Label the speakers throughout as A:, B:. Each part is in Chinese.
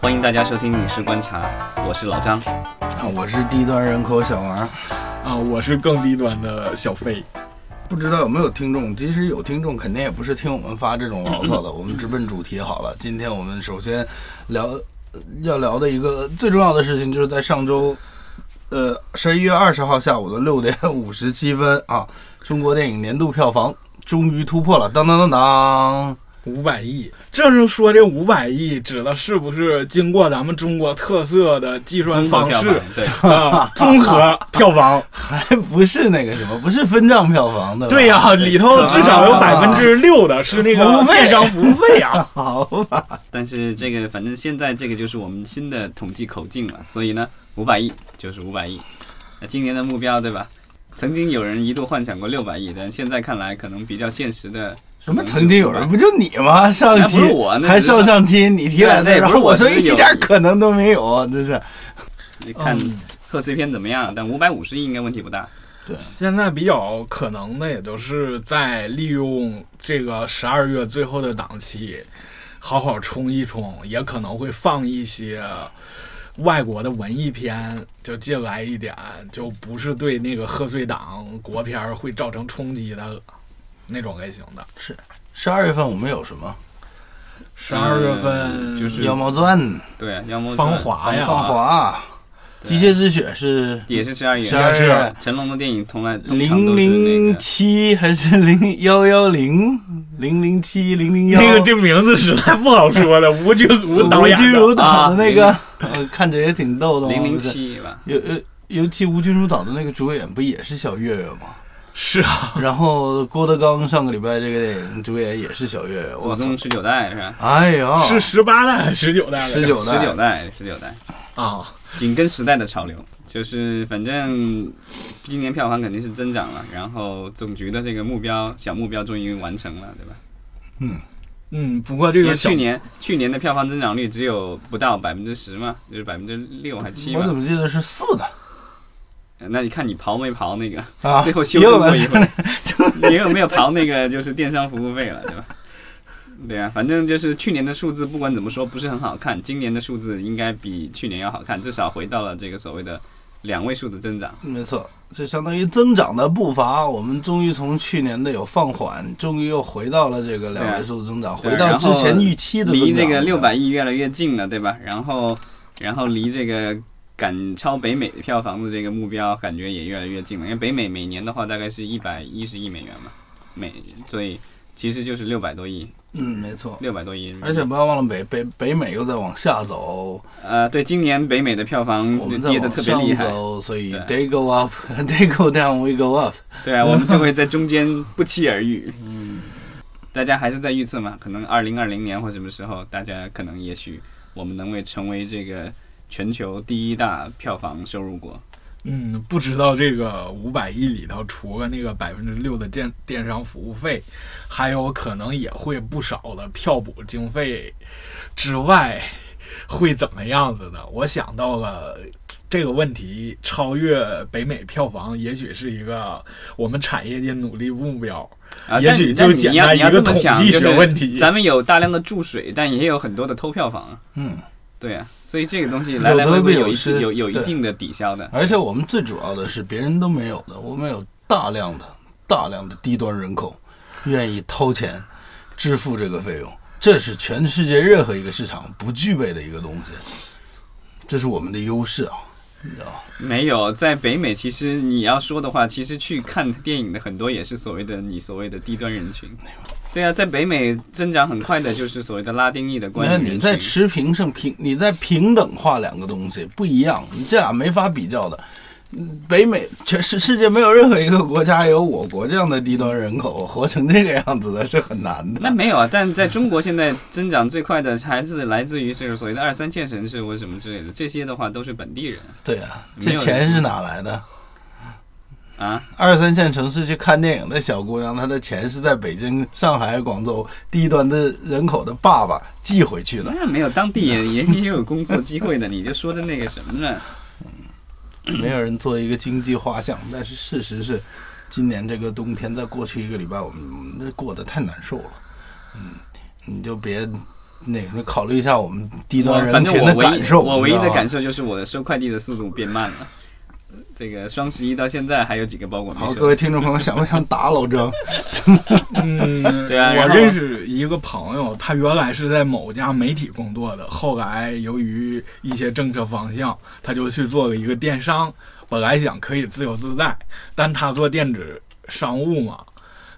A: 欢迎大家收听《你是观察》，我是老张。
B: 啊，我是低端人口小王，
C: 啊，我是更低端的小飞。
B: 不知道有没有听众，即使有听众，肯定也不是听我们发这种牢骚的。我们直奔主题好了，今天我们首先聊要聊的一个最重要的事情，就是在上周，呃，十一月二十号下午的六点五十七分啊，中国电影年度票房终于突破了，当当当当。
C: 五百亿，正是说这五百亿指的是不是经过咱们中国特色的计算
A: 中国
C: 方
A: 票
C: 式
A: 房对，
C: 啊，综合票房？
B: 还哎不是那个什么，不是分账票房的吧。
C: 对 呀、里头至少有百分之六的是那
B: 啊服
C: 个
B: 务费
C: 电商服务费啊。
B: 好吧，
A: 但是这个反正现在这个就是我们新的统计口径了，所以呢，五百亿就是五百亿。那今年的目标对吧？曾经有人一度幻想过六百亿，但现在看来可能比较现实的
B: 什么曾经有人不就你吗？上期
A: 哎那不是我那
B: 还
A: 只是
B: 上上期你提来
A: 对
B: 的，
A: 对
B: 然
A: 不
B: 后
A: 是我
B: 我说
A: 只是
B: 一
A: 有
B: 点可能都没有，啊真是。
A: 你看
C: 嗯
A: 贺岁片怎么样？但五百五十亿应该问题不大。
C: 现在比较可能的，也就是在利用这个十二月最后的档期，好好冲一冲，也可能会放一些外国的文艺片，就进来一点，就不是对那个贺岁档国片儿会造成冲击的那种类型的。
B: 十二月份我们有什么？
C: 十二月份
A: 嗯就是
B: 妖猫传》《
A: 对，要么
C: 芳华呀
B: 芳华》《
A: 对
B: 机械之血》是
A: 也是十二月。
B: 12月
A: 成龙的电影从来通常都
B: 零
A: 是那
B: 零
A: 个。
B: 七还是零幺幺零零零七零零幺？
C: 那个这名字实在不好说了，吴君如导演
B: 吴君
C: 的
B: 如导的那个
A: 啊，
B: 呃看着也挺逗的嘛。
A: 零零
B: 不是，
A: 七吧，
B: 尤尤尤其吴君如导的那个主演不也是小岳岳吗？
C: 是啊，
B: 然后郭德纲上个礼拜这个电影主演也是小岳岳，
A: 祖
B: 我操！
A: 宗十九代是吧？
B: 哎呀，
C: 是十八代还是十九代来着？
B: 十九
A: 十
B: 代
A: 九，代，十九代，
C: 啊，
A: 紧跟时代的潮流，就是反正今年票房肯定是增长了，然后总局的这个目标小目标终于完成了，对吧？
C: 嗯，不过这
A: 因为
C: 个小
A: 去年去年的票房增长率只有不到百分之十嘛，就是百分之六还七
B: 我怎
A: 吧。
B: 么记得是四呢？
A: 那你看你刨没刨那个，
B: 啊，
A: 最后修正
B: 又
A: 过
B: 来
A: 一回，你有没有刨那个就是电商服务费了，对吧？对啊，反正就是去年的数字，不管怎么说不是很好看，今年的数字应该比去年要好看，至少回到了这个所谓的两位数的增长。
B: 没错，这相当于增长的步伐，我们终于从去年的有放缓，终于又回到了这个两位数增长，
A: 对
B: 回到之前预期的增长。
A: 离这个六百亿越来越近了，对吧？然后，然后离这个赶超北美票房的这个目标，感觉也越来越近了。因为北美每年的话大概是一百一十亿美元嘛，每所以其实就是六百多亿，
B: 嗯，没错。
A: 六百多亿人民币。
B: 而且不要忘了北北北美又在往下走，
A: 呃，对，今年北美的票房
B: 我们在
A: 嗯跌得
B: 往
A: 特别厉
B: 上
A: 害，
B: 走，所以
A: 对
B: they go up, they go down, we go up。
A: 对 啊，我们就会在中间不期而遇。嗯，大家还是在预测嘛，可能二零二零年或什么时候，大家可能也许我们能会成为这个全球第一大票房收入国。
C: 嗯，不知道这个五百亿里头，除了那个百分之六的电电商服务费，还有可能也会不少的票补经费之外，会怎么样子呢？我想到了这个问题，超越北美票房，也许是一个我们产业界努力目标。
A: 啊，
C: 也
A: 但
C: 许
A: 你
C: 就
A: 但你
C: 简
A: 要
C: 单
A: 你要
C: 一个
A: 这么
C: 统
A: 想
C: 计
A: 就
C: 学
A: 是
C: 问题
A: 咱们有大量的注水，但也有很多的偷票房啊。
B: 嗯，
A: 对啊，所以这个东西来来
B: 有
A: 回
B: 得
A: 回
B: 必
A: 有
B: 有
A: 一
B: 失
A: 有有一
B: 对
A: 定的抵消的。
B: 而且我们最主要的是别人都没有的，我们有大量的大量的低端人口愿意掏钱支付这个费用，这是全世界任何一个市场不具备的一个东西，这是我们的优势啊，你知道吧？
A: 没有，在北美，其实你要说的话，其实去看电影的很多也是所谓的你所谓的低端人群。对啊，在北美增长很快的就是所谓的拉丁裔的观
B: 那
A: 影
B: 你
A: 人
B: 在
A: 群。
B: 持平上平，你在平等化两个东西不一样，你这俩没法比较的。嗯北美全世世界没有任何一个国家有我国这样的低端人口活成这个样子的是很难的。
A: 那没有啊，但在中国现在增长最快的还是来自于是所谓的二三线城市或什么之类的，这些的话都是本地人
B: 对啊，
A: 没
B: 这
A: 有
B: 钱
A: 人
B: 是哪来的？
A: 啊。
B: 二三线城市去看电影的小姑娘，她的钱是在北京、上海、广州低端的人口的爸爸寄回去的，
A: 那没有，当地也也也有工作机会的，你就说的那个什么呢？嗯
B: 没有人做一个经济画像。但是事实是，今年这个冬天，在过去一个礼拜，我们我们这过得太难受了。嗯，你就别那什么考 虑一下我们低端
A: 反
B: 人
A: 正
B: 群
A: 我
B: 的
A: 唯
B: 感
A: 一
B: 受。
A: 我唯一
B: 你知
A: 的
B: 道吧
A: 感受就是我的收快递的速度变慢了。这个双十一到现在还有几个包裹没
B: 好，各
A: 收
B: 位，听众朋友，想不想打 老张？
C: 嗯，
A: 对啊
C: 我
A: 然后
C: 认识一个朋友，他原来是在某家媒体工作的，后来由于一些政策方向，他就去做了一个电商。本来想可以自由自在，但他做电子商务嘛，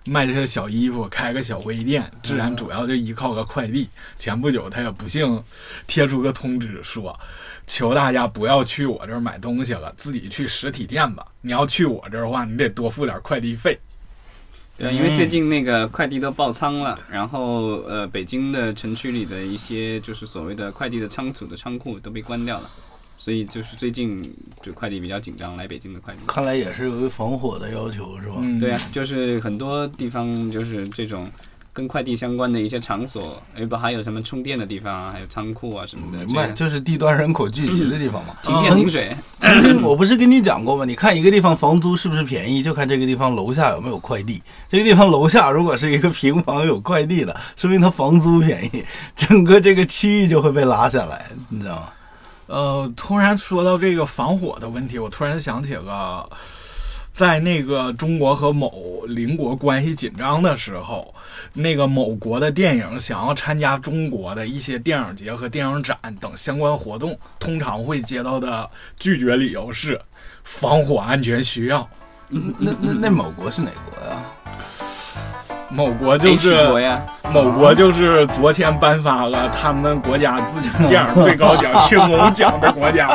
C: 卖这些小衣服，开个小微店，自然主要就依靠个快递。前不久他也不幸贴出个通知说，求大家不要去我这儿买东西了，自己去实体店吧。你要去我这儿的话，你得多付点快递费。
A: 对，
B: 嗯
A: 因为最近那个快递都爆仓了，然后呃，北京的城区里的一些就是所谓的快递的仓储的仓库都被关掉了，所以就是最近就快递比较紧张，来北京的快递。
B: 看来也是有一个防火的要求，是吧？
C: 嗯，
A: 对啊，就是很多地方就是这种跟快递相关的一些场所，哎不，还有什么充电的地方啊，还有仓库啊什么的，
B: 明白，
A: 这
B: 就是低端人口聚集的地方嘛。
A: 个停电停水，哎
B: 曾经我不是跟你讲过吗？你看一个地方房租是不是便宜，就看这个地方楼下有没有快递。这个地方楼下如果是一个平房有快递的，说明它房租便宜，整个这个区域就会被拉下来，你知道吗？
C: 呃，突然说到这个防火的问题，我突然想起了，在那个中国和某邻国关系紧张的时候，那个某国的电影想要参加中国的一些电影节和电影展等相关活动，通常会接到的拒绝理由是防火安全需要。
B: 那那那某国是哪国呀、
C: 某国啊就
A: H 国
C: 是
A: 呀，
C: 某国就是昨天颁发了他们国家自己电影最高奖青龙奖的国家，